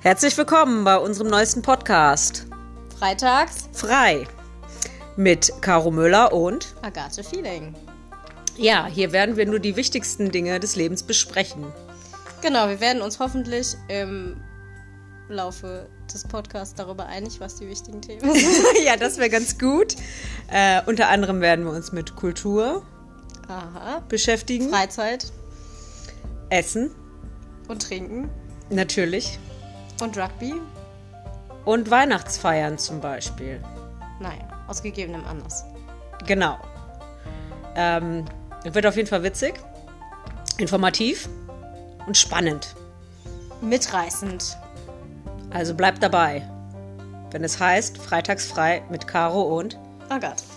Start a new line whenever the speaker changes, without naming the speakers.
Herzlich willkommen bei unserem neuesten Podcast.
Freitags
Frei. Mit Caro Müller und.
Agathe Feeling.
Ja, hier werden wir nur die wichtigsten Dinge des Lebens besprechen.
Genau, wir werden uns hoffentlich im Laufe des Podcasts darüber einig, was die wichtigen Themen sind.
ja, das wäre ganz gut. Äh, unter anderem werden wir uns mit Kultur
Aha.
beschäftigen,
Freizeit
Essen
und Trinken
natürlich
und Rugby.
und Weihnachtsfeiern zum Beispiel.
Naja, aus gegebenem Anlass.
Genau. Ähm, wird auf jeden Fall witzig, informativ und spannend.
Mitreißend.
Also bleibt dabei, wenn es heißt Freitagsfrei mit Caro und
Agathe.